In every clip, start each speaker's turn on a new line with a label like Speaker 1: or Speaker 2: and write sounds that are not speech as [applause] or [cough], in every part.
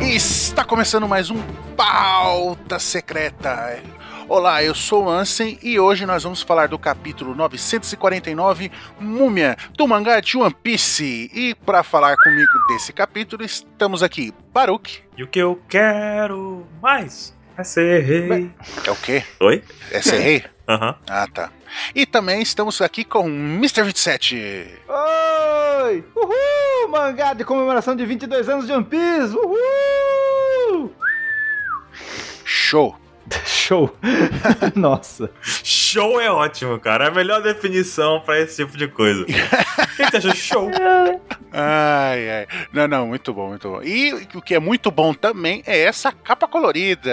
Speaker 1: Está começando mais um Pauta Secreta. Olá, eu sou o Ansem e hoje nós vamos falar do capítulo 949, Múmia, do mangá de One Piece. E para falar comigo desse capítulo, estamos aqui, Baruch.
Speaker 2: E o que eu quero mais é ser rei.
Speaker 1: É o quê?
Speaker 2: Oi?
Speaker 1: É ser rei?
Speaker 2: Aham.
Speaker 1: Ah, tá. E também estamos aqui com o Mr. 27.
Speaker 3: Oi! Uhul! Mangá de comemoração de 22 anos de One Piece! Uhul! [laughs]
Speaker 1: Show.
Speaker 3: Show! [laughs] Nossa!
Speaker 2: Show é ótimo, cara. É a melhor definição pra esse tipo de
Speaker 3: [laughs]
Speaker 2: coisa. O que você achou? Show.
Speaker 1: Ai, ai. Não, não, muito bom, muito bom. E o que é muito bom também é essa capa colorida.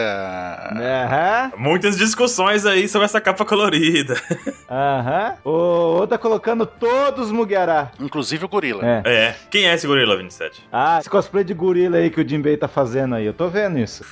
Speaker 3: Aham,
Speaker 2: Muitas discussões aí sobre essa capa colorida.
Speaker 3: aham. O Oda colocando todos Mugiará.
Speaker 1: Inclusive o gorila.
Speaker 3: É.
Speaker 2: É. Quem é esse gorila 27?
Speaker 3: Ah, esse cosplay de gorila aí que o Jinbei tá fazendo aí, eu tô vendo isso.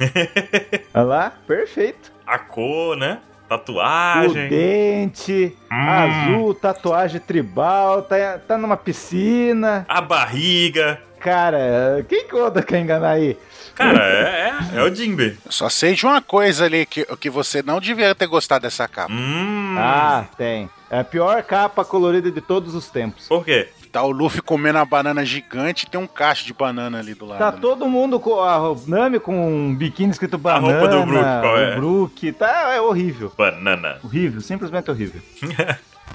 Speaker 3: Olha lá, perfeito.
Speaker 2: A cor, né?
Speaker 3: O
Speaker 2: Tatuagem.
Speaker 3: dente,
Speaker 2: Hum.
Speaker 3: azul, tatuagem tribal, tá, tá numa piscina.
Speaker 2: A barriga.
Speaker 3: Cara, quem que o Oda quer enganar aí?
Speaker 2: Cara, é, é, é o Jimbe.
Speaker 1: Eu Só sei de uma coisa ali que, que você não devia ter gostado dessa capa.
Speaker 2: Hum.
Speaker 3: Ah, tem. É a pior capa colorida de todos os tempos.
Speaker 2: Por quê?
Speaker 1: Tá o Luffy comendo a banana gigante e tem um cacho de banana ali do lado.
Speaker 3: Tá
Speaker 1: né?
Speaker 3: todo mundo com a Nami com um biquíni escrito banana.
Speaker 2: roupa do Brook, qual é?
Speaker 3: O Brook, tá, é horrível.
Speaker 2: Banana.
Speaker 3: Horrível,
Speaker 2: [laughs]
Speaker 3: simplesmente horrível.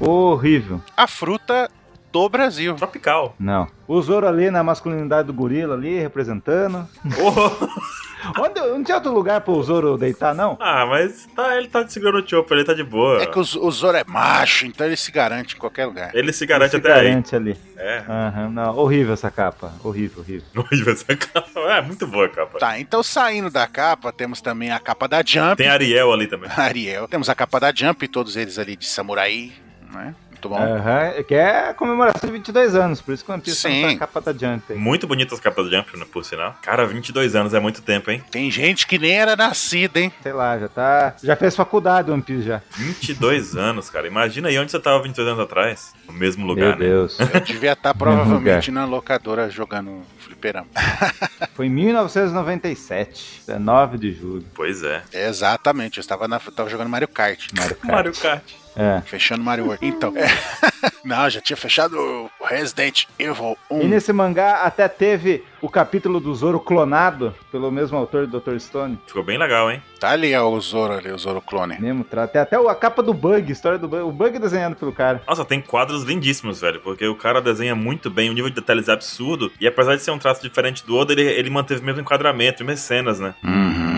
Speaker 3: horrível.
Speaker 1: né? A fruta do Brasil.
Speaker 3: [laughs]
Speaker 2: Tropical.
Speaker 3: Não. O Zoro ali na masculinidade do gorila ali, representando.
Speaker 2: Oh.
Speaker 3: Onde, não tinha outro lugar pro Zoro deitar, não?
Speaker 2: Ah, mas tá, ele tá segurando o chopo, ele tá de boa.
Speaker 1: É que o, Z- o Zoro é macho, então ele se garante em qualquer lugar.
Speaker 2: Ele se garante
Speaker 3: Se
Speaker 2: até
Speaker 3: garante ali.
Speaker 2: aí. É.
Speaker 3: Aham, não, horrível essa capa. Horrível, horrível.
Speaker 2: Horrível essa capa. É, muito boa a capa.
Speaker 1: Tá, então saindo da capa, temos também a capa da Jump, [laughs]
Speaker 2: Tem Ariel ali também.
Speaker 1: Ariel. Temos a capa da Jump, todos eles ali de samurai, né? Muito bom.
Speaker 3: Aham, é que é a comemoração de 22 anos, por isso que eu preciso
Speaker 1: Sim.
Speaker 3: a é capa da Jump aí.
Speaker 2: Muito bonitas as capas do Jump, né, por sinal. Cara, 22 anos é muito tempo, hein?
Speaker 1: Tem gente que nem era nascida, hein?
Speaker 3: Sei lá, já tá. Já fez faculdade One Piece já.
Speaker 2: 22 [laughs] anos, cara. Imagina aí onde você tava 22 anos atrás. No mesmo lugar,
Speaker 3: Meu
Speaker 2: né?
Speaker 3: Deus.
Speaker 1: Eu devia estar provavelmente na locadora jogando fliperama.
Speaker 3: [laughs] Foi em 1997, 19 de julho.
Speaker 2: Pois é.
Speaker 1: É, Exatamente, eu estava, na, eu estava jogando Mario Kart.
Speaker 3: Mario Kart.
Speaker 2: Mario Kart.
Speaker 3: É.
Speaker 1: Fechando Mario World. Então, é. [laughs] não, já tinha fechado o Resident Evil 1.
Speaker 3: E nesse mangá até teve o capítulo do Zoro clonado pelo mesmo autor do Dr. Stone.
Speaker 2: Ficou bem legal, hein?
Speaker 1: Tá ali ó, o Zoro ali, o Zoro clone.
Speaker 3: Mesmo trato. Tem até o- a capa do Bug, história do Bug, o Bug desenhando pelo cara.
Speaker 2: Nossa, tem quadros lindíssimos, velho. Porque o cara desenha muito bem, o nível de detalhes é absurdo. E apesar de ser um traço diferente do Oda, ele, ele manteve o mesmo enquadramento, mesmas cenas, né?
Speaker 1: Uhum.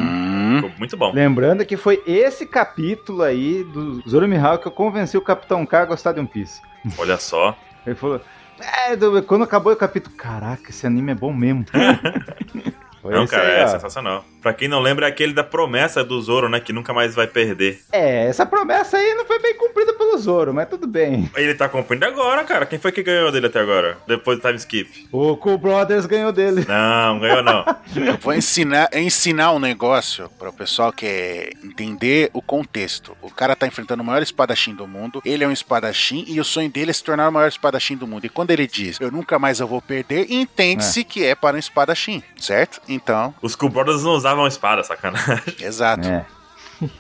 Speaker 2: Ficou muito bom.
Speaker 3: Lembrando que foi esse capítulo aí do Zoro Mihawk que eu convenci o Capitão K a gostar de One Piece.
Speaker 2: Olha só.
Speaker 3: Ele falou, é, do- quando acabou o capítulo, caraca, esse anime é
Speaker 2: [laughs]
Speaker 3: bom mesmo. foi
Speaker 2: Não,
Speaker 3: isso
Speaker 2: cara,
Speaker 3: aí,
Speaker 2: é
Speaker 3: ó.
Speaker 2: sensacional. Pra quem não lembra, é aquele da promessa do Zoro, né? Que nunca mais vai perder.
Speaker 3: É, essa promessa aí não foi bem cumprida pelo Zoro, mas tudo bem.
Speaker 2: Ele tá cumprindo agora, cara. Quem foi que ganhou dele até agora? Depois do time skip.
Speaker 3: O Cool Brothers ganhou dele.
Speaker 2: Não,
Speaker 1: [laughs]
Speaker 2: ganhou não.
Speaker 1: Eu vou ensinar, ensinar um negócio para o pessoal que é entender o contexto. O cara tá enfrentando o maior espadachim do mundo, ele é um espadachim e o sonho dele é se tornar o maior espadachim do mundo. E quando ele diz, eu nunca mais eu vou perder, entende-se que é para um espadachim, certo?
Speaker 3: [laughs]
Speaker 1: Então,
Speaker 2: Os Cool Brothers não usavam espada, sacanagem.
Speaker 1: exato.
Speaker 3: É. [laughs]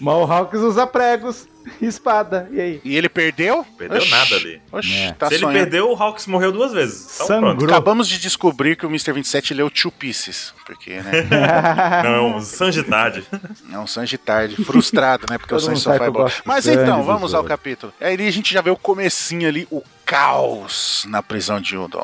Speaker 3: Mas o Hawks usa pregos e espada. E aí?
Speaker 1: E ele perdeu?
Speaker 2: Perdeu
Speaker 1: Oxi,
Speaker 2: nada ali.
Speaker 1: Oxi,
Speaker 3: É.
Speaker 1: tá
Speaker 2: Se ele
Speaker 1: sonhando.
Speaker 2: perdeu, o Hawks morreu duas vezes. Então pronto.
Speaker 3: Sangrou.
Speaker 1: Acabamos de descobrir que é o Mr. 27 leu Two Pieces, porque,
Speaker 3: [laughs]
Speaker 1: né,
Speaker 2: Não, Sanjitade.
Speaker 1: é um Sanji tarde, frustrado, né, porque o
Speaker 3: Todo
Speaker 1: Sanji
Speaker 3: mundo
Speaker 1: só
Speaker 3: sabe
Speaker 1: faz
Speaker 3: que eu
Speaker 1: bola.
Speaker 3: gosto do
Speaker 1: Mas
Speaker 3: Sanji,
Speaker 1: então,
Speaker 3: do
Speaker 1: vamos ao
Speaker 3: Zoro.
Speaker 1: capítulo. Aí a gente já vê o comecinho ali, o caos na prisão de Udon.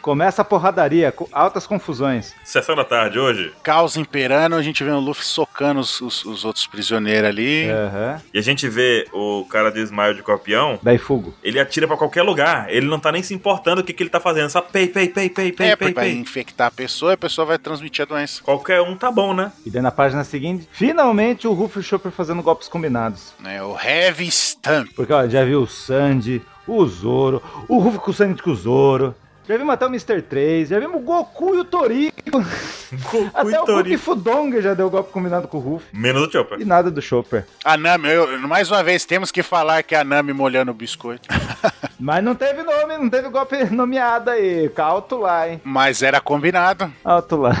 Speaker 3: Começa a porradaria, com altas confusões.
Speaker 2: Sessão da tarde hoje.
Speaker 1: Caos imperando, a gente vê o Luffy socando os, os- os outros prisioneiros ali.
Speaker 3: Aham.
Speaker 2: E a gente vê o cara do Smile de Corpião.
Speaker 3: Daí fogo.
Speaker 2: Ele atira pra qualquer lugar. Ele não tá nem se importando o que, que ele tá fazendo. Só pei, pei, pei, pei, pei,
Speaker 1: É,
Speaker 2: pei,
Speaker 1: porque vai
Speaker 2: pei.
Speaker 1: infectar a pessoa e a pessoa vai transmitir a doença.
Speaker 2: Qualquer um tá bom, né?
Speaker 3: E daí na página seguinte, finalmente o Ruffy e o Chopper fazendo golpes combinados.
Speaker 1: Né, o Heavy Stamp.
Speaker 3: Porque ó, já viu o Sandy, o Zoro, o Ruffy com o sangue com o Zoro. Já vimos até o Mr. 3, já vimos o Goku e o Toriko.
Speaker 2: Goku
Speaker 3: Até
Speaker 2: e
Speaker 3: o Hulk
Speaker 2: Toriko.
Speaker 3: Fudonga já deu golpe combinado com o Ruff.
Speaker 2: Menos o Chopper.
Speaker 3: E nada do Chopper.
Speaker 1: A Nami, eu- mais uma vez, temos que falar que é a Nami molhando o
Speaker 3: [laughs]
Speaker 1: biscoito.
Speaker 3: Mas não teve nome, não teve golpe [laughs] nomeado aí. Alto lá, hein?
Speaker 1: Mas era combinado.
Speaker 3: Alto lá.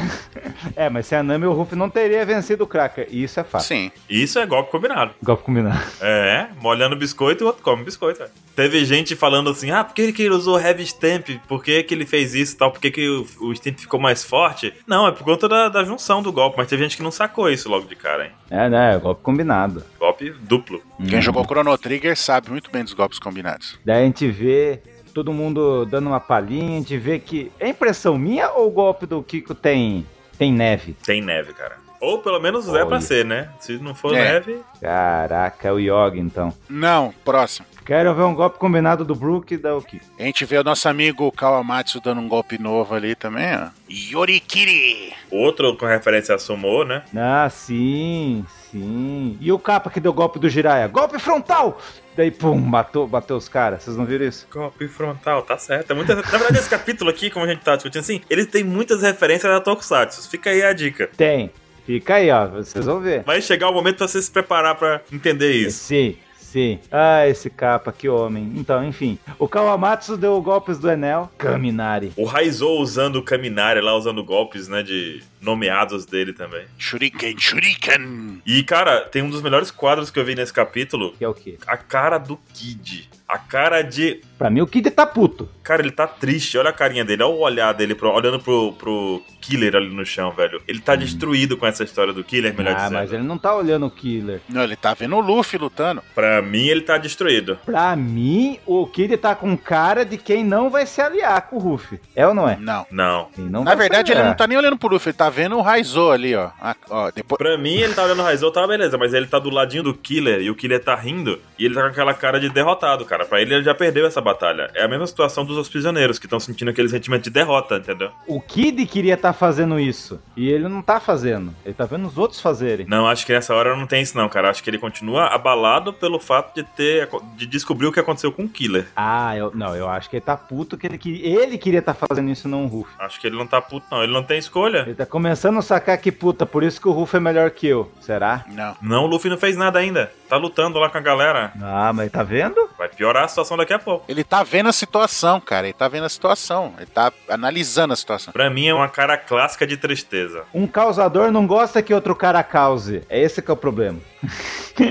Speaker 3: É, mas sem a Nami o Ruff não teria vencido o Cracker. E isso é fato.
Speaker 1: Sim.
Speaker 2: Isso é golpe combinado.
Speaker 3: Golpe combinado.
Speaker 2: É, molhando biscoito, o outro come biscoito. velho. Teve gente falando assim, ah, por que que ele usou heavy stamp? Por que que ele fez isso e tal? Por que que o, o stamp ficou mais forte? Não, é por conta da, da junção do golpe, mas teve gente que não sacou isso logo de cara, hein?
Speaker 3: É, né? Golpe combinado.
Speaker 2: Golpe duplo.
Speaker 1: Quem jogou Chrono Trigger sabe muito bem dos golpes combinados.
Speaker 3: Daí a gente vê todo mundo dando uma palhinha, a gente vê que. É impressão minha ou o golpe do Kiko tem, tem neve?
Speaker 2: Tem neve, cara. Ou pelo menos é pra
Speaker 3: Olha.
Speaker 2: ser, né? Se não for
Speaker 1: É.
Speaker 2: neve,
Speaker 3: Caraca, é o Yogi então.
Speaker 1: Não, próximo.
Speaker 3: Quero ver um golpe combinado do Brook e da o Kiko.
Speaker 1: A gente vê o nosso amigo Kawamatsu dando um golpe novo ali também, ó. Yorikiri!
Speaker 2: outro com referência a sumô, né?
Speaker 3: Ah, sim, sim. E o capa que deu golpe do Jiraiya? Golpe frontal! Daí, pum, matou, bateu os caras. Vocês não viram isso?
Speaker 2: Golpe frontal, tá certo. É muita... Na verdade, esse capítulo aqui, como a gente tá discutindo assim, ele tem muitas referências a Tokusatsu. Fica aí a dica.
Speaker 3: Tem. Fica aí, ó. Vocês vão ver.
Speaker 2: Vai chegar o momento pra você se preparar pra entender isso.
Speaker 3: Sim, sim. Ah, esse capa, que homem. Então, enfim. O Kawamatsu deu golpes do Enel. Kaminari.
Speaker 2: O Raizou usando o Kaminari lá, usando golpes, né, de nomeados dele também.
Speaker 1: Shuriken, Shuriken!
Speaker 2: E, cara, tem um dos melhores quadros que eu vi nesse capítulo,
Speaker 3: Que é o quê?
Speaker 2: a cara do Kid. A cara de...
Speaker 3: Pra mim, o Kid tá puto.
Speaker 2: Cara, ele tá triste, olha a carinha dele, olha o olhar dele, pro- olhando pro, pro Killer ali no chão, velho. Ele tá destruído com essa história do Killer, melhor
Speaker 3: Uhum. ah,
Speaker 2: dizendo.
Speaker 3: mas ele não tá olhando o Killer.
Speaker 1: Não, ele tá vendo o Luffy lutando.
Speaker 2: Pra mim, ele tá destruído.
Speaker 3: Pra mim, o Kid tá com cara de quem não vai se aliar com o Ruff. É ou não é?
Speaker 1: Não.
Speaker 2: Não.
Speaker 3: Quem não É.
Speaker 1: Na
Speaker 3: vai se
Speaker 1: verdade, ele
Speaker 3: aliar.
Speaker 1: não tá nem olhando pro Luffy, ele tá vendo o Raizou ali, ó. Ah, ó, depois...
Speaker 2: Pra mim, ele tá olhando o Raizou, tá beleza, mas ele tá do ladinho do Killer e o Killer tá rindo e ele tá com aquela cara de derrotado, cara. Pra ele, ele já perdeu essa batalha. É a mesma situação dos outros prisioneiros que estão sentindo aquele sentimento de derrota, entendeu?
Speaker 3: O Kid queria estar fazendo isso. E ele não tá fazendo. Ele tá vendo os outros fazerem.
Speaker 2: Não, acho que nessa hora não tem isso, não, cara. Acho que ele continua abalado pelo fato de ter. de descobrir o que aconteceu com o Killer.
Speaker 3: Ah, eu, não, eu acho que ele tá puto que ele, que- ele queria estar fazendo isso, não o Ruff.
Speaker 2: Acho que ele não tá puto, não. Ele não tem escolha.
Speaker 3: Ele tá começando a sacar que puta, por isso que o Ruff é melhor que eu. Será?
Speaker 1: Não.
Speaker 2: Não, o Luffy não fez nada ainda. Tá lutando lá com a galera.
Speaker 3: Ah, mas tá vendo?
Speaker 2: Vai piorar a situação daqui a pouco.
Speaker 1: Ele tá vendo a situação, cara. Ele tá vendo a situação. Ele tá analisando a situação.
Speaker 2: Pra mim é uma cara clássica de tristeza.
Speaker 3: Um causador não gosta que outro cara cause. É esse que é o problema.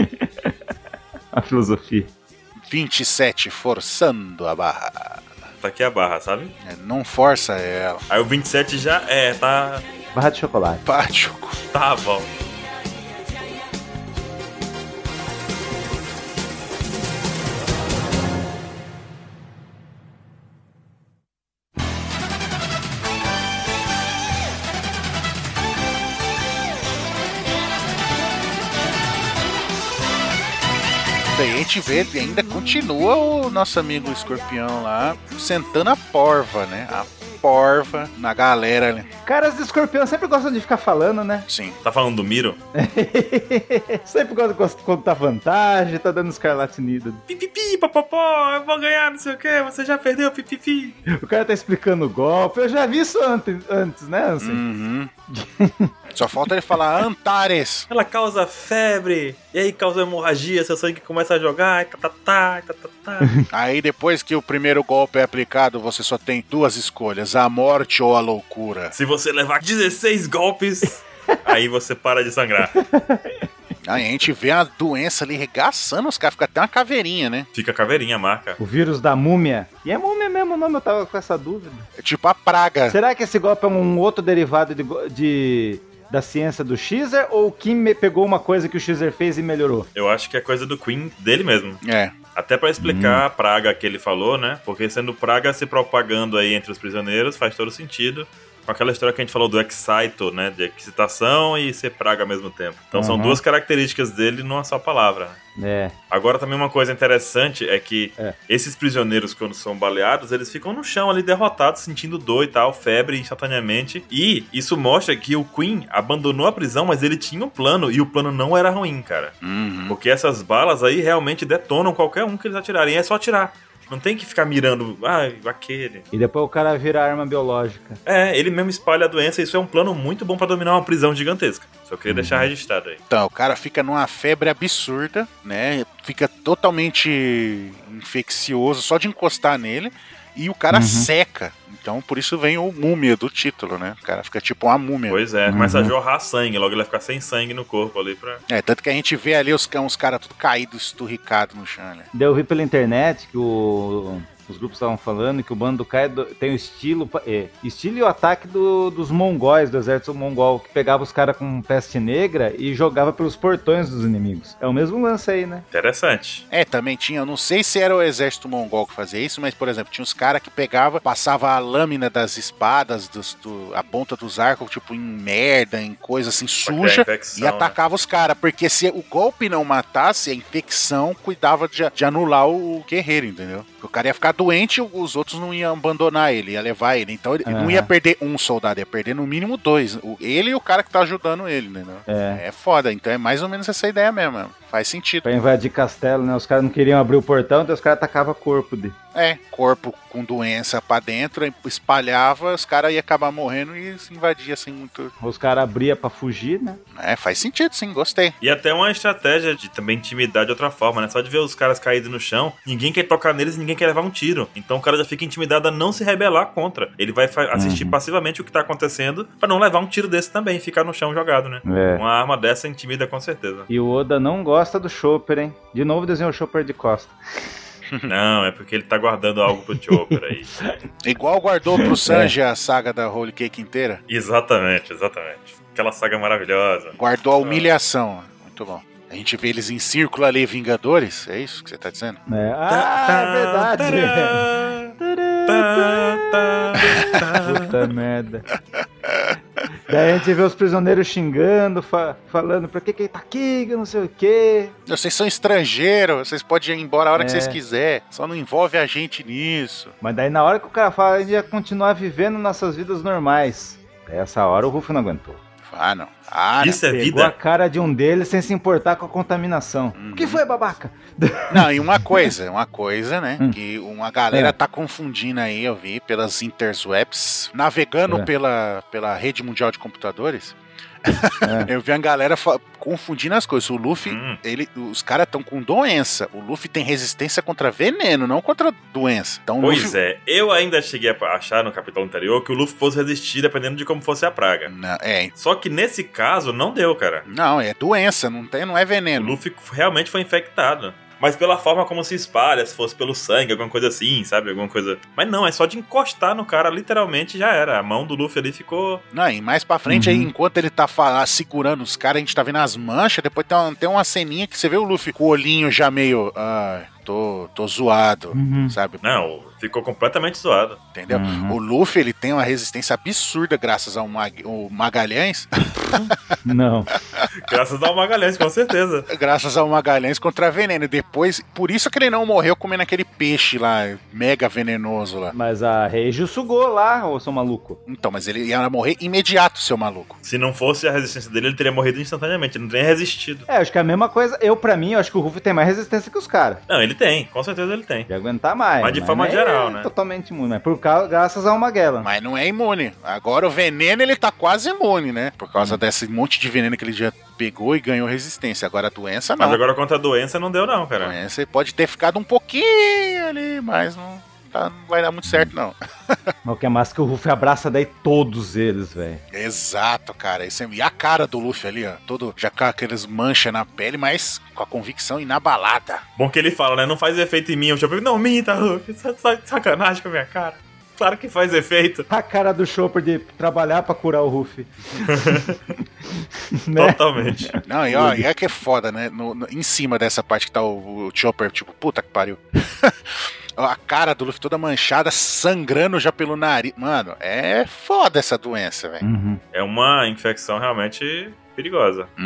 Speaker 3: [laughs] a filosofia.
Speaker 1: 27, forçando a barra.
Speaker 2: Tá aqui a barra, sabe?
Speaker 1: É, Não força ela. [laughs]
Speaker 2: Aí o 27 já é, tá.
Speaker 3: Barra de chocolate.
Speaker 1: Pático.
Speaker 2: Tá bom.
Speaker 1: Bem, a gente vê, ainda continua o nosso amigo escorpião lá, sentando a porva, né? A porva na galera, né?
Speaker 3: Caras de escorpião sempre gostam de ficar falando, né? [laughs]
Speaker 1: Sim.
Speaker 2: Tá falando do Miro?
Speaker 3: sempre gostam gosta quando tá vantagem, tá dando escarlatinida.
Speaker 2: Pipipi, papapó, eu vou ganhar, não sei o que, você já perdeu, pipipi.
Speaker 3: O cara tá explicando o golpe. Eu já vi isso antes, antes né, Ansem?
Speaker 1: Uhum. Só falta ele falar Antares.
Speaker 2: Ela causa febre, e aí causa hemorragia, seu sangue começa a jogar, e tatatá, e tá, tatatá.
Speaker 1: Aí depois que o primeiro golpe é aplicado, você só tem duas escolhas: a morte ou a loucura.
Speaker 2: Se você levar 16 golpes, aí você para de sangrar.
Speaker 1: Aí a gente vê a doença ali regaçando os caras, fica até uma caveirinha, né?
Speaker 2: Fica a caveirinha, a marca.
Speaker 3: O vírus da múmia. E é múmia mesmo o nome, eu tava com essa dúvida.
Speaker 1: É tipo a praga.
Speaker 3: Será que esse golpe é um outro derivado de, go- de- da ciência do Xer ou o Kim me- pegou uma coisa que o Xer fez e melhorou?
Speaker 2: Eu acho que é coisa do Queen dele mesmo.
Speaker 1: É.
Speaker 2: Até pra explicar a praga que ele falou, né? Porque sendo praga se propagando aí entre os prisioneiros faz todo sentido. Com aquela história que a gente falou do excito, né? De excitação e ser praga ao mesmo tempo. Então são
Speaker 3: Uhum.
Speaker 2: duas características dele numa só palavra. né?
Speaker 3: É.
Speaker 2: Agora também uma coisa interessante é que
Speaker 3: É.
Speaker 2: esses prisioneiros, quando são baleados, eles ficam no chão ali derrotados, sentindo dor e tal, febre instantaneamente. E isso mostra que o Queen abandonou a prisão, mas ele tinha um plano e o plano não era ruim, cara.
Speaker 1: Uhum.
Speaker 2: Porque essas balas aí realmente detonam qualquer um que eles atirarem. É só atirar. Não tem que ficar mirando, ah, aquele.
Speaker 3: E depois o cara vira arma biológica.
Speaker 2: É, ele mesmo espalha a doença, isso é um plano muito bom pra dominar uma prisão gigantesca. Só queria deixar registrado aí.
Speaker 1: Então, o cara fica numa febre absurda, né? Fica totalmente infeccioso só de encostar nele. E o cara
Speaker 3: Uhum.
Speaker 1: seca. Então, por isso vem o múmia do título, né? O cara fica tipo uma múmia.
Speaker 2: Pois é, começa a
Speaker 3: Uhum.
Speaker 2: jorrar sangue, logo ele vai ficar sem sangue no corpo ali pra.
Speaker 1: É, tanto que a gente vê ali os, ca- uns caras tudo caídos, esturricados no chão, né?
Speaker 3: Daí eu vi pela internet que o- os grupos estavam falando que o bando do Kai do- tem o estilo, pa- é, estilo e o ataque do- dos mongóis, do exército mongol, que pegava os caras com peste negra e jogava pelos portões dos inimigos. É o mesmo lance aí, né?
Speaker 2: Interessante.
Speaker 1: É, também tinha, eu não sei se era o exército mongol que fazia isso, mas, por exemplo, tinha uns caras que pegava, passava a lâmina das espadas, dos- do- a ponta dos arcos, tipo, em merda, em coisa assim
Speaker 2: Pra criar
Speaker 1: suja,
Speaker 2: infecção,
Speaker 1: e
Speaker 2: né?
Speaker 1: atacava os caras, porque se o golpe não matasse, a infecção cuidava de, de anular o guerreiro, entendeu? Porque o cara ia ficar doente, os outros não iam abandonar ele, ia levar ele. Então ele não
Speaker 3: Aham.
Speaker 1: ia perder um soldado, ia perder no mínimo dois. O- Ele e o cara que tá ajudando ele, entendeu?
Speaker 3: É.
Speaker 1: É foda, então é mais ou menos essa ideia mesmo. Faz sentido.
Speaker 3: Pra invadir castelo, né? Os caras não queriam abrir o portão, então os caras atacavam corpo de.
Speaker 1: É, corpo com doença pra dentro, aí espalhava, os caras iam acabar morrendo e se invadia assim muito.
Speaker 3: Os caras abriam pra fugir, né?
Speaker 1: É, faz sentido sim, gostei.
Speaker 2: E até uma estratégia de também intimidar de outra forma, né? Só de ver os caras caídos no chão, ninguém quer tocar neles, ninguém quer levar um tiro. Então o cara já fica intimidado a não se rebelar contra. Ele vai fa- assistir
Speaker 3: Uhum.
Speaker 2: passivamente o que tá acontecendo pra não levar um tiro desse também e ficar no chão jogado, né?
Speaker 3: É.
Speaker 2: Uma arma dessa intimida com
Speaker 3: [laughs]
Speaker 2: certeza.
Speaker 3: E o Oda não gosta do Chopper, hein? De novo desenhou o Chopper de costa.
Speaker 2: não, é porque ele tá guardando algo pro Chopper aí.
Speaker 3: [laughs]
Speaker 1: Igual guardou pro Sanji a saga da Holy Cake inteira,
Speaker 2: Exatamente, exatamente. Aquela saga maravilhosa.
Speaker 1: guardou a humilhação. Muito bom. A gente vê eles em círculo ali, Vingadores, é isso que você tá dizendo?
Speaker 3: É. Ah, é
Speaker 2: Tá,
Speaker 3: verdade!
Speaker 2: Tadã, tá, tadã, tadã.
Speaker 3: Puta merda. Daí a gente vê os prisioneiros xingando, fa- falando pra que que ele tá aqui, que não sei o quê.
Speaker 1: Vocês são estrangeiros, vocês podem ir embora a hora que
Speaker 3: É.
Speaker 1: vocês quiser. Só não envolve a gente nisso.
Speaker 3: Mas daí na hora que o cara fala, a gente ia continuar vivendo nossas vidas normais. Daí Essa hora o Rufo não aguentou.
Speaker 1: Ah, não.
Speaker 3: [laughs]
Speaker 1: Ah, não.
Speaker 2: Isso é
Speaker 3: Pegou a
Speaker 2: vida. Uhum.
Speaker 3: cara de um deles sem se importar com a contaminação. O que foi, babaca?
Speaker 1: Não, e uma coisa, uma coisa, né?
Speaker 3: Hum.
Speaker 1: Que uma galera
Speaker 3: É.
Speaker 1: tá confundindo aí, eu vi, pelas interswebs, navegando
Speaker 3: É.
Speaker 1: pela, pela rede mundial de computadores.
Speaker 3: É.
Speaker 1: [laughs] Eu vi a galera fa- confundindo as coisas. O Luffy,
Speaker 2: Hum.
Speaker 1: ele, os caras estão com doença. O Luffy tem resistência contra veneno, não contra doença. Então, o
Speaker 2: Pois
Speaker 1: Luffy...
Speaker 2: é, eu ainda cheguei a achar no capítulo anterior que o Luffy fosse resistir dependendo de como fosse a praga.
Speaker 1: Não, é,
Speaker 2: Só que nesse caso não deu, cara.
Speaker 1: não, é doença, não, tem, não é
Speaker 2: O
Speaker 1: veneno.
Speaker 2: Luffy realmente foi infectado. Mas pela forma como se espalha, se fosse pelo sangue, alguma coisa assim, sabe? Alguma coisa. Mas não, é só de encostar no cara, literalmente já era. A mão do Luffy ali ficou.
Speaker 1: Não, e mais pra frente,
Speaker 3: Uhum.
Speaker 1: aí, enquanto ele tá fa- segurando os caras, a gente tá vendo as manchas, depois tem uma, tem uma ceninha que você vê o Luffy com o olhinho já meio. Ah, tô, tô zoado. Sabe?
Speaker 2: Não, ficou completamente zoado.
Speaker 1: Entendeu?
Speaker 3: Uhum.
Speaker 1: O Luffy, ele tem uma resistência absurda graças ao Mag o Magalhães.
Speaker 3: [laughs]
Speaker 1: [laughs]
Speaker 3: Não.
Speaker 2: Graças ao Magalhães, com certeza.
Speaker 1: graças ao Magalhães contra veneno. E Depois, por isso que ele não morreu comendo aquele peixe lá, mega venenoso lá.
Speaker 3: Mas a Reijo sugou lá, ô seu maluco.
Speaker 1: Então, mas ele ia morrer imediato, seu maluco.
Speaker 2: Se não fosse a resistência dele, ele teria morrido instantaneamente. Ele não teria resistido.
Speaker 3: É, acho que é a mesma coisa. Eu, pra mim, eu acho que o Rufo tem mais resistência que os caras.
Speaker 2: Não, ele tem, com certeza ele tem.
Speaker 3: De aguentar mais.
Speaker 2: Mas de forma
Speaker 3: nem
Speaker 2: geral, né?
Speaker 3: Totalmente imune, mas por causa, graças ao Magellan.
Speaker 1: Mas não é imune. Agora o veneno ele tá quase imune, né? Por causa
Speaker 2: Uhum.
Speaker 1: desse monte de veneno que ele já pegou e ganhou resistência. Agora a doença não.
Speaker 2: Mas agora contra a doença não deu, não,
Speaker 1: a
Speaker 2: cara.
Speaker 1: doença ele pode ter ficado um pouquinho ali, mas não, tá- não vai dar muito certo, não.
Speaker 3: Mas o que é massa é que o Ruff abraça daí todos eles, velho.
Speaker 1: Exato, cara. Isso é- E a cara do Luffy ali, ó. Todo já com aqueles manchas na pele, mas com a convicção inabalada.
Speaker 2: Bom que ele fala, né? Não faz efeito em mim. O Chopper, não minta, Luffy. Você tá de sacanagem com a minha cara. Claro que faz efeito.
Speaker 3: A cara do Chopper de trabalhar pra curar
Speaker 2: [laughs]
Speaker 3: o Ruff. né?
Speaker 2: Totalmente.
Speaker 1: Não, e, ó, e é que é foda, né? No- no- em cima dessa parte que tá o, o Chopper, tipo, puta que pariu. [laughs] Ó, a cara do Luffy toda manchada, sangrando já pelo nariz. Mano, é foda essa doença, velho.
Speaker 3: Uhum,
Speaker 2: É uma infecção realmente perigosa
Speaker 1: Uhum.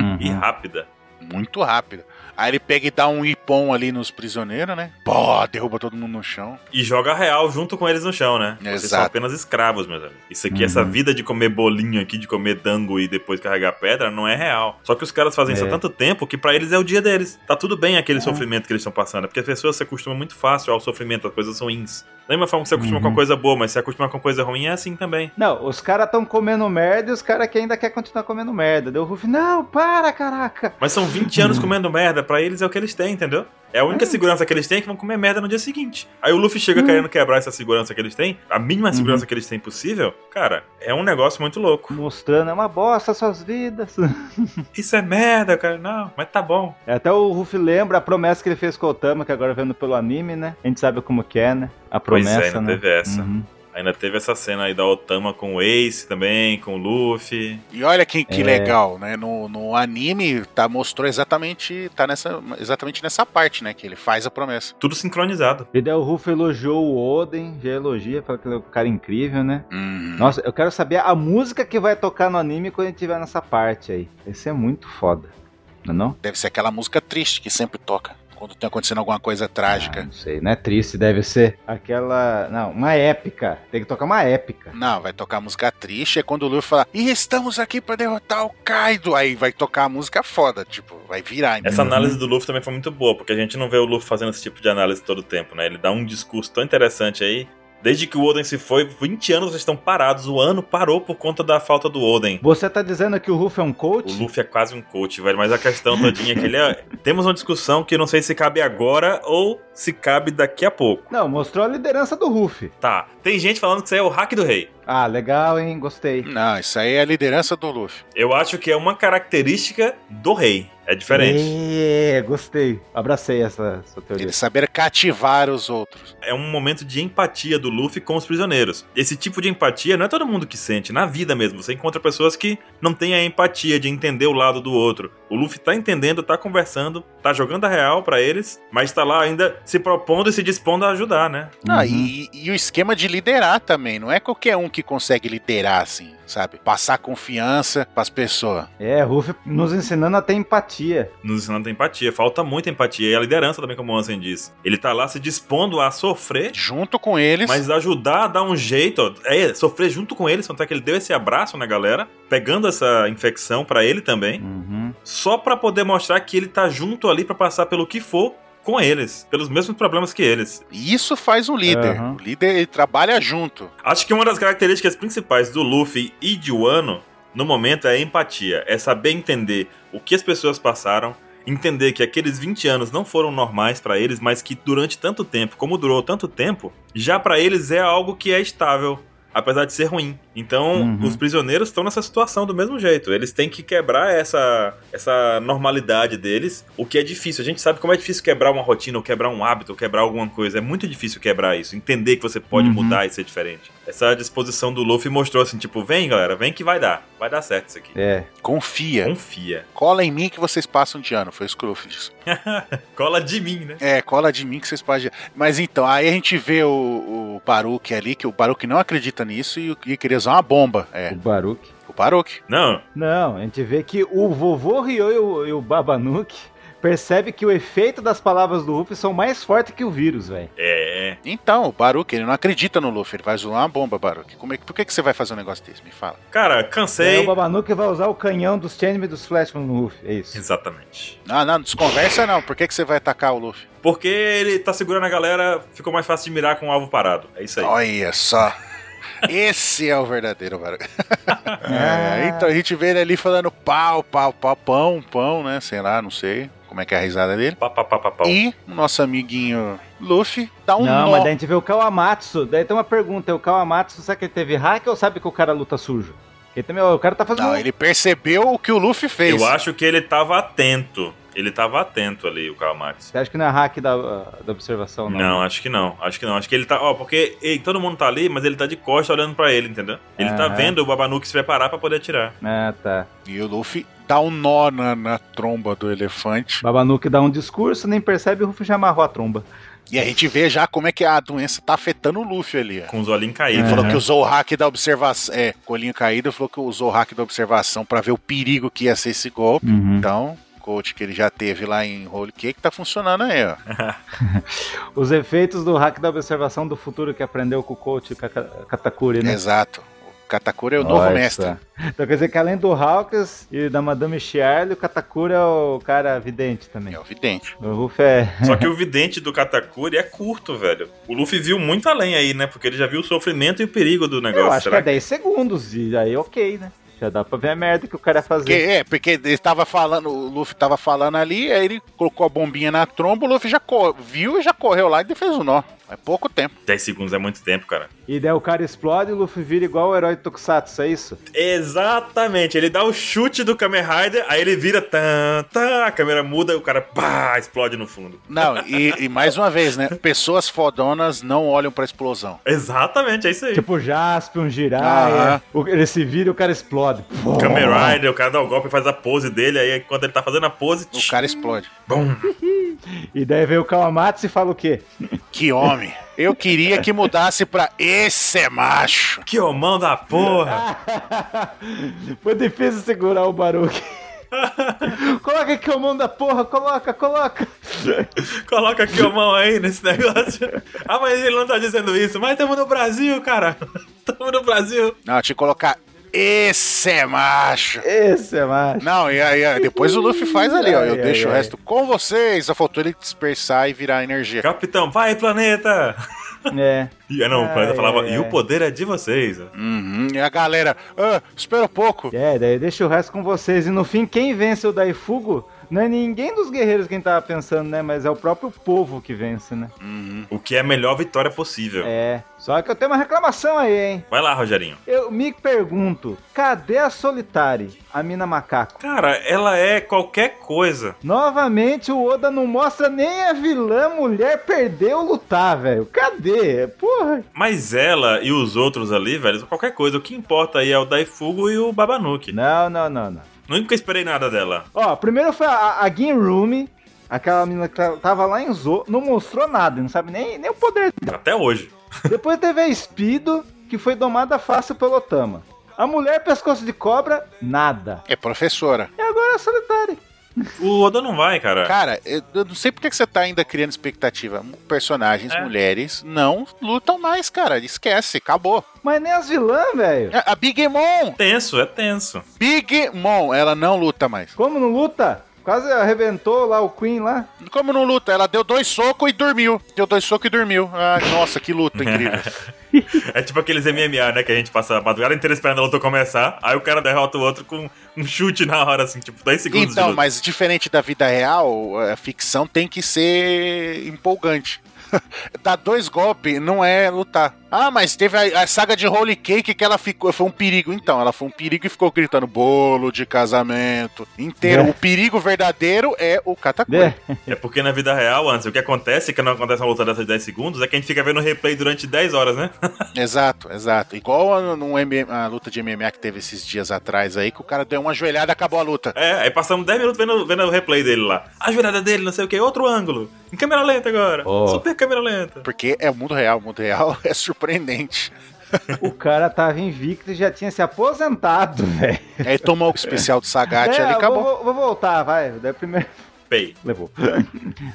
Speaker 3: uhum.
Speaker 2: e rápida.
Speaker 1: muito rápida. Aí ele pega e dá um ipom ali nos prisioneiros, né? Pô, derruba todo mundo no chão.
Speaker 2: E joga real junto com eles no chão, né? Vocês são
Speaker 1: Exato.
Speaker 2: apenas escravos, meus amigos. Isso aqui,
Speaker 3: Uhum.
Speaker 2: essa vida de comer bolinho aqui, de comer dango e depois carregar pedra, não é real. Só que os caras fazem isso há
Speaker 3: É.
Speaker 2: tanto tempo que pra eles é o dia deles. Tá tudo bem aquele sofrimento que eles estão passando. é Porque as pessoas se acostumam muito fácil ao sofrimento, as coisas ruins. Da mesma forma que você acostuma com
Speaker 3: Uhum.
Speaker 2: uma coisa boa, mas se acostuma com coisa ruim é assim também.
Speaker 3: Não, os caras estão comendo merda e os caras que ainda quer continuar comendo merda. Deu o Ruff, não, para, caraca.
Speaker 2: Mas são 20
Speaker 3: Uhum.
Speaker 2: anos comendo merda, pra eles é o que eles têm, entendeu? É a única segurança que eles têm é que vão comer merda no dia seguinte. Aí o Luffy
Speaker 3: Uhum.
Speaker 2: chega querendo quebrar essa segurança que eles têm, a mínima segurança que eles têm possível, cara, é um negócio muito louco.
Speaker 3: Mostrando, é uma bosta suas vidas. [laughs] Uhum.
Speaker 2: Isso é merda, cara, não, mas tá bom.
Speaker 3: Até o Ruff lembra a promessa que ele fez com o Otama, que agora vendo pelo anime, né? A gente sabe como que é, né? A
Speaker 2: Pois é,
Speaker 3: promessa,
Speaker 2: ainda
Speaker 3: né?
Speaker 2: teve essa.
Speaker 3: Uhum.
Speaker 2: Ainda teve essa cena aí da Otama com o Ace também, com o Luffy.
Speaker 1: E olha que, que
Speaker 3: É.
Speaker 1: legal, né? No, no anime tá, mostrou exatamente. Tá nessa, exatamente nessa parte, né? Que ele faz a promessa.
Speaker 2: Tudo sincronizado.
Speaker 3: E daí o Ruff elogiou o Oden, já elogia, fala que ele é um cara incrível, né?
Speaker 1: Hum.
Speaker 3: Nossa, eu quero saber a música que vai tocar no anime quando a gente tiver nessa parte aí. Esse é muito foda. Não é não?
Speaker 1: Deve ser aquela música triste que sempre toca. Quando tem acontecendo alguma coisa
Speaker 3: Ah,
Speaker 1: trágica.
Speaker 3: não sei, não é triste, deve ser. Aquela. Não, uma épica. Tem que tocar uma épica.
Speaker 1: Não, vai tocar a música triste. É quando o Luffy fala, e estamos aqui pra derrotar o Kaido. Aí vai tocar a música foda, tipo, vai virar. entendeu?
Speaker 2: Essa análise do Luffy também foi muito boa, porque a gente não vê o Luffy fazendo esse tipo de análise todo o tempo, né? Ele dá um discurso tão interessante aí. Desde que o Oden se foi, 20 anos vocês estão parados. O ano parou por conta da falta do Oden.
Speaker 3: Você tá dizendo que o Ruff é um
Speaker 2: O
Speaker 3: coach?
Speaker 2: Luffy é quase um coach, velho. Mas a questão todinha é que ele é. Temos uma discussão que eu não sei se cabe agora ou se cabe daqui a pouco.
Speaker 3: Não, mostrou a liderança do Ruff.
Speaker 2: Tá. Tem gente falando que isso aí é o hack do rei.
Speaker 3: Ah, legal, hein? Gostei.
Speaker 1: Não, isso aí é a liderança do Luffy.
Speaker 2: Eu acho que é uma característica do rei. É diferente.
Speaker 3: É, gostei. Abracei essa, essa teoria.
Speaker 1: Ele saber cativar os outros.
Speaker 2: É um momento de empatia do Luffy com os prisioneiros. Esse tipo de empatia não é todo mundo que sente. Na vida mesmo, você encontra pessoas que não têm a empatia de entender o lado do outro. O Luffy tá entendendo, tá conversando, tá jogando a real pra eles, mas tá lá ainda se propondo e se dispondo a ajudar, né?
Speaker 1: Não,
Speaker 3: Uhum.
Speaker 1: e, e o esquema de liderar também. Não é qualquer um que consegue liderar, assim, sabe? Passar confiança pras pessoas.
Speaker 3: É, Ruff nos ensinando a ter empatia.
Speaker 2: nos ensinando a empatia. Falta muita empatia. E a liderança também, como o Ansem diz. Ele tá lá se dispondo a sofrer,
Speaker 1: Junto com eles.
Speaker 2: mas ajudar a dar um jeito. ó. É, sofrer junto com ele. Tanto é que ele deu esse abraço na galera, pegando essa infecção pra ele também.
Speaker 3: Uhum.
Speaker 2: Só pra poder mostrar que ele tá junto ali pra passar pelo que for com eles. Pelos mesmos problemas que eles.
Speaker 1: E Isso faz um líder.
Speaker 3: Aham.
Speaker 1: O líder ele trabalha junto.
Speaker 2: Acho que uma das características principais do Luffy e de Wano, no momento, é a empatia. É saber entender o que as pessoas passaram, entender que aqueles 20 anos não foram normais pra eles, mas que durante tanto tempo, como durou tanto tempo, já pra eles é algo que é estável. Apesar de ser ruim. Então,
Speaker 3: Uhum.
Speaker 2: os prisioneiros estão nessa situação do mesmo jeito. Eles têm que quebrar essa, essa normalidade deles, o que é difícil. A gente sabe como é difícil quebrar uma rotina, ou quebrar um hábito, ou quebrar alguma coisa. É muito difícil quebrar isso. Entender que você pode
Speaker 3: Uhum.
Speaker 2: mudar e ser Tá, é diferente. Essa disposição do Luffy mostrou assim: tipo, vem galera, vem que vai dar. Vai dar certo isso aqui.
Speaker 3: É.
Speaker 2: Uhum.
Speaker 1: Confia.
Speaker 2: Confia.
Speaker 1: Cola em mim que vocês passam de ano. Foi o Scruff disso.
Speaker 2: Cola de mim, né?
Speaker 1: É, cola de mim que vocês passam de ano. Mas então, aí a gente vê o, o Baruch ali, que o Baruch não acredita nisso e, e queria usar uma bomba. É,
Speaker 3: O Baruque.
Speaker 1: o Baruch.
Speaker 2: Não,
Speaker 3: Não, a gente vê que o vovô Ryo e o, e o Babanuke percebe que o efeito das palavras do Ruff são mais fortes que o vírus, velho.
Speaker 2: é.
Speaker 1: Então, o Baruch, ele não acredita no Luffy. Ele vai usar uma bomba, Baruch. Como é que, por que, que você vai fazer um negócio desse? Me fala.
Speaker 2: Cara,
Speaker 3: Daí O
Speaker 2: cansei.
Speaker 3: Babanuke vai usar o canhão dos Changeman e dos Flashman no Ruff. É isso.
Speaker 2: Exatamente.
Speaker 1: Não, não, não desconversa não. Por que, que você vai atacar o Luffy?
Speaker 2: Porque ele tá segurando a galera, ficou mais fácil de mirar com o alvo parado. É isso aí.
Speaker 1: Olha só. Esse é o verdadeiro
Speaker 3: [laughs]
Speaker 1: Baruch. É,
Speaker 3: Ah.
Speaker 1: então a gente vê ele ali falando pau, pau, pau, pão, pão, né? Sei lá, não sei como é que é a risada dele.
Speaker 2: Pá, pá, pá, pá, pá.
Speaker 1: E o nosso amiguinho Luffy dá um
Speaker 3: Não,
Speaker 1: nó.
Speaker 3: mas daí a gente vê o Kawamatsu. Daí tem uma pergunta: o Kawamatsu, será que ele teve hack ou sabe que o cara luta sujo? Ele também, o cara tá fazendo.
Speaker 1: Não, ele percebeu o que o Luffy fez.
Speaker 2: Eu acho que ele tava atento. Ele tava atento ali, o Karl Marx.
Speaker 3: Você acha que não é hack da, da observação, não?
Speaker 2: Não, acho que não. Acho que não. Acho que ele tá. Ó, porque ei, todo mundo tá ali, mas ele tá de costa olhando pra ele, entendeu? Ele tá
Speaker 3: Aham.
Speaker 2: vendo o Babanuke se preparar pra poder atirar.
Speaker 3: Ah, tá.
Speaker 1: E o Luffy dá um nó na, na tromba do elefante.
Speaker 3: Babanuke dá um discurso, nem percebe o Ruff já amarrou a tromba.
Speaker 1: E a gente vê já como é que a doença tá afetando o Luffy ali. ó.
Speaker 2: Com os olhinhos
Speaker 1: Ele
Speaker 2: caídos.
Speaker 1: falou
Speaker 3: Aham.
Speaker 1: que usou o hack da observação. É, colinho caído, falou que usou o hack da observação pra ver o perigo que ia ser esse golpe.
Speaker 3: Uhum.
Speaker 1: Então, coach que ele já teve lá em Holy Cake tá funcionando aí, ó.
Speaker 3: Os efeitos do hack da observação do futuro que aprendeu com o coach Kaka- Katakuri, né?
Speaker 1: Exato. O Katakura é o
Speaker 3: Nossa.
Speaker 1: novo mestre.
Speaker 3: Então quer dizer que além do Hawkins e da Madame Chiarly, o Katakuri é o cara vidente também.
Speaker 1: É o vidente.
Speaker 3: O Ruff é.
Speaker 2: Só que o vidente do Katakuri é curto, velho. O Luffy viu muito além aí, né? Porque ele já viu o sofrimento e o perigo do negócio.
Speaker 3: Eu acho que
Speaker 2: Será
Speaker 3: é 10 segundos e aí ok, né? Já dá pra ver a merda que o cara ia
Speaker 1: Porque,
Speaker 3: fazer.
Speaker 1: é, porque ele tava falando, o Luffy tava falando ali, aí ele colocou a bombinha na tromba, o Luffy já co- viu e já correu lá e fez o nó. É pouco tempo.
Speaker 2: 10 segundos é muito tempo, cara.
Speaker 3: E daí o cara explode e o Luffy vira igual o herói do Tokusatsu, é isso?
Speaker 2: Exatamente, ele dá o chute do Kamen Rider, aí ele vira, tan, tan, a câmera muda e o cara pá, explode no fundo.
Speaker 1: Não, e, e mais uma vez, né? Pessoas fodonas não olham pra explosão.
Speaker 2: Exatamente, é isso aí.
Speaker 3: Tipo o Jasper, um Jiraiya.
Speaker 1: Aham.
Speaker 3: o- Ele se vira e o cara explode. Pô.
Speaker 2: Kamen Rider, o cara dá o golpe, faz a pose dele, aí quando ele tá fazendo a pose,
Speaker 1: O cara explode.
Speaker 2: bom.
Speaker 3: E daí vem o Kawamatsu e fala o quê?
Speaker 1: Que homem. Eu queria que mudasse pra esse é macho.
Speaker 2: Que homão da
Speaker 3: [laughs]
Speaker 2: porra!
Speaker 3: Foi difícil segurar o Baruque. coloca aqui o mão da porra, coloca, coloca.
Speaker 2: Coloca que homão aí nesse negócio. Ah, mas ele não tá dizendo isso, mas tamo no Brasil, cara. [laughs] Tamo no Brasil.
Speaker 1: Não, tinha que colocar esse é macho.
Speaker 3: Esse é mais.
Speaker 1: Não, e aí, ó, depois o Luffy faz ali, ó. Eu
Speaker 3: Ai, ai,
Speaker 1: deixo o
Speaker 3: ai.
Speaker 1: resto com vocês. Só faltou ele dispersar e virar energia.
Speaker 2: Capitão, vai, planeta!
Speaker 3: É.
Speaker 2: E, ah, não, o planeta
Speaker 3: Ai,
Speaker 2: falava,
Speaker 3: ai,
Speaker 2: e o
Speaker 3: ai.
Speaker 2: poder é de vocês.
Speaker 1: Uhum, e a galera, ah, espera um pouco.
Speaker 3: É, daí deixa o resto com vocês. E no fim, quem vence o Daifugo não é ninguém dos guerreiros quem tava pensando, né? Mas é o próprio povo que vence, né?
Speaker 1: Uhum.
Speaker 2: O que é a melhor vitória possível.
Speaker 3: É. Só que eu tenho uma reclamação aí, hein?
Speaker 2: Vai lá, Rogerinho.
Speaker 3: Eu me pergunto, cadê a Solitari, a mina macaco?
Speaker 2: Cara, ela é qualquer coisa.
Speaker 3: Novamente o Oda não mostra nem a vilã mulher perder ou lutar, velho. Cadê? Porra.
Speaker 2: Mas ela e os outros ali, velho, são qualquer coisa. O que importa aí é o Daifugo e o Babanuki.
Speaker 3: Não, não, não, não.
Speaker 2: Nunca esperei nada dela.
Speaker 3: Ó, primeiro foi a, a Ginrumi, aquela menina que tá- tava lá em Zo, não mostrou nada, não sabe nem, nem o poder.
Speaker 2: Até hoje.
Speaker 3: Depois teve a Speedo, que foi domada fácil pelo Otama. A mulher pescoço de cobra, nada.
Speaker 1: É professora.
Speaker 3: E agora a solitária.
Speaker 2: O Oda não vai, cara.
Speaker 1: Cara, eu eu não sei por que que você tá ainda criando expectativa. Personagens,
Speaker 2: É.
Speaker 1: mulheres, não lutam mais, cara. Esquece, acabou.
Speaker 3: Mas nem as vilãs, velho.
Speaker 1: A a Big Mom!
Speaker 2: Tenso, é tenso.
Speaker 1: Big Mom, ela não luta mais.
Speaker 3: Como não luta? Quase arrebentou lá o Queen lá.
Speaker 1: Como não luta? Ela deu dois socos e dormiu. Deu dois socos e dormiu. Ah, nossa, que luta incrível.
Speaker 2: É tipo aqueles MMA, né? Que a gente passa a madrugada inteira esperando a luta começar. Aí o cara derrota o outro com um chute na hora, assim, tipo, 10 segundos de
Speaker 1: Então,
Speaker 2: luta.
Speaker 1: mas diferente da vida real, a ficção tem que ser empolgante. [laughs] Dar dois golpes não é lutar. Ah, mas teve a, a saga de Holy Cake que ela ficou. Foi um perigo, então. Ela foi um perigo e ficou gritando bolo de casamento inteiro.
Speaker 3: É.
Speaker 1: O perigo verdadeiro é o
Speaker 3: É.
Speaker 1: Katakuri.
Speaker 2: É porque na vida real, antes, o que acontece, é que não acontece uma luta dessas 10 segundos, é que a gente fica vendo o replay durante 10 horas, né? [laughs]
Speaker 3: É.
Speaker 1: Exato, exato. Igual a, num MM a luta de MMA que teve esses dias atrás aí, que o cara deu uma joelhada e acabou a luta.
Speaker 2: É, aí passamos 10 minutos vendo, vendo o replay dele lá. A jurada dele, não sei o que, outro ângulo. Em câmera lenta agora.
Speaker 3: Ó.
Speaker 2: Super câmera lenta.
Speaker 1: Porque é o mundo real, o mundo real [laughs] é surpreendente.
Speaker 3: O cara tava invicto e já tinha se aposentado, [laughs] velho.
Speaker 1: Aí É, tomou o especial do Sagat
Speaker 3: É,
Speaker 1: ali
Speaker 3: eu
Speaker 1: acabou.
Speaker 3: Vou, vou voltar, vai. Daí primeiro [laughs]
Speaker 2: Pei.
Speaker 3: levou.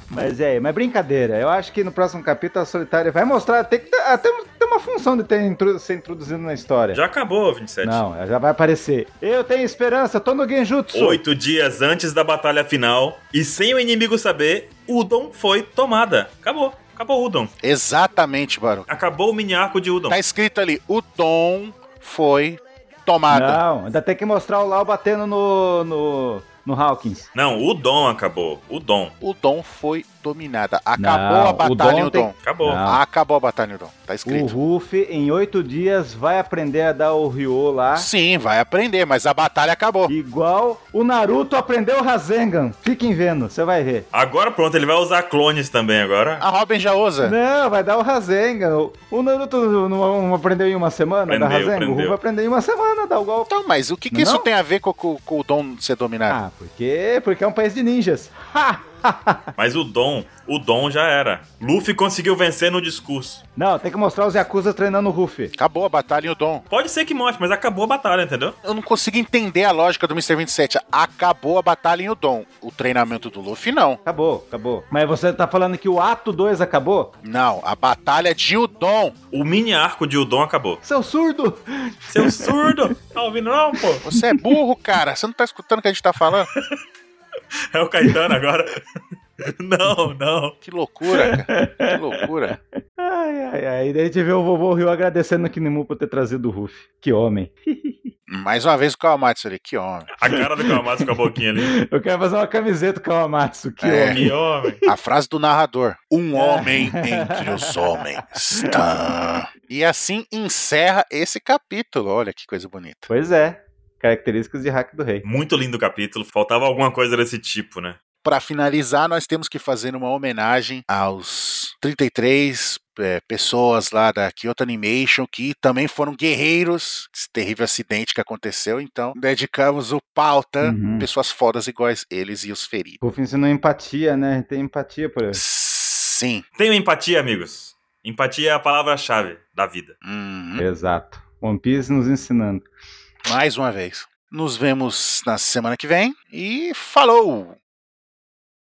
Speaker 3: mas é, mas brincadeira. Eu acho que no próximo capítulo a solitária vai mostrar. Tem que ter, até tem uma função de ter introdu- ser introduzido na história.
Speaker 2: Já é. acabou, 27.
Speaker 3: Não, ela já vai aparecer. Eu tenho esperança, tô no Genjutsu.
Speaker 2: Oito dias antes da batalha final, e sem o inimigo saber, Udon foi tomada. Acabou. Acabou Udon.
Speaker 1: Exatamente, Baru.
Speaker 2: Acabou o mini arco de Udon.
Speaker 1: Tá escrito ali, o Tom foi tomada.
Speaker 3: Não, ainda tem que mostrar o Lau batendo no, no, no Hawkins.
Speaker 2: Não, Udon acabou. Udon.
Speaker 1: O Tom foi dominada. Acabou
Speaker 3: Não,
Speaker 1: a batalha em
Speaker 3: o Dom tem-
Speaker 1: Udon.
Speaker 2: Acabou.
Speaker 3: Não.
Speaker 1: Acabou a batalha em Udon. Tá
Speaker 3: O
Speaker 1: escrito.
Speaker 3: Ruffy, em oito dias, vai aprender a dar o Ryo lá.
Speaker 1: Sim, vai aprender, mas a batalha acabou.
Speaker 3: Igual o Naruto aprendeu o Rasengan. Fiquem vendo, você vai ver.
Speaker 2: Agora pronto, ele vai usar clones também agora.
Speaker 1: A Robin já usa.
Speaker 3: Não, vai dar o Rasengan. O- O Naruto não, não aprendeu em uma semana?
Speaker 2: Aprendeu,
Speaker 3: da Rasengan? O Ruffy
Speaker 2: aprendeu.
Speaker 3: aprendeu em uma semana, dá o golpe.
Speaker 1: Então, mas o que, que
Speaker 3: Não,
Speaker 1: isso
Speaker 3: não?
Speaker 1: tem a ver com, com- com o Dom ser dominado?
Speaker 3: Ah, por quê? Porque é um país de ninjas. [laughs] Ha!
Speaker 2: Mas o Dom, o Dom já era. Luffy conseguiu vencer no discurso.
Speaker 3: Não, tem que mostrar os Yakuza treinando o Ruffy.
Speaker 1: Acabou a batalha e o Dom.
Speaker 2: Pode ser que mostre, mas acabou a batalha, entendeu?
Speaker 1: Eu não consegui entender a lógica do Mr. 27. Acabou a batalha em Udon. O treinamento do Luffy, não.
Speaker 3: Acabou, acabou. Mas você tá falando que o ato 2 acabou?
Speaker 1: Não, a batalha de Udon.
Speaker 2: O mini arco de Udon acabou.
Speaker 3: Seu surdo!
Speaker 2: Seu surdo! Tá ouvindo não, pô?
Speaker 1: Você é burro, [laughs] cara. Você não tá escutando o que a gente tá falando?
Speaker 2: É o Caetano agora. [laughs] Não, não.
Speaker 1: Que loucura, cara. Que loucura.
Speaker 3: Ai, ai, ai. E daí a gente vê o vovô Rio agradecendo o Kinimu por ter trazido o Ruff. Que homem.
Speaker 1: Mais uma vez o Kawamatsu ali. Que homem.
Speaker 2: A cara do Kawamatsu com a boquinha ali.
Speaker 3: Eu quero fazer uma camiseta com o Amatsu. Que
Speaker 1: É.
Speaker 3: homem.
Speaker 2: Que homem.
Speaker 1: A frase do narrador: Um homem entre os homens. Tã. E assim encerra esse capítulo. Olha que coisa bonita.
Speaker 3: Pois é. Características de hack do rei.
Speaker 2: Muito lindo o capítulo. Faltava alguma coisa desse tipo, né?
Speaker 1: Para finalizar, nós temos que fazer uma homenagem aos 33 é, pessoas lá da Kyoto Animation que também foram guerreiros desse terrível acidente que aconteceu. Então, dedicamos o pauta
Speaker 3: Uhum.
Speaker 1: pessoas fodas iguais eles e os feridos.
Speaker 3: Ruffy ensinou empatia, né? Tem empatia por ele.
Speaker 1: Sim.
Speaker 2: Tenham empatia, amigos. Empatia é a palavra-chave da vida.
Speaker 1: Uhum.
Speaker 3: Exato. One Piece nos ensinando.
Speaker 1: Mais uma vez. Nos vemos na semana que vem e falou!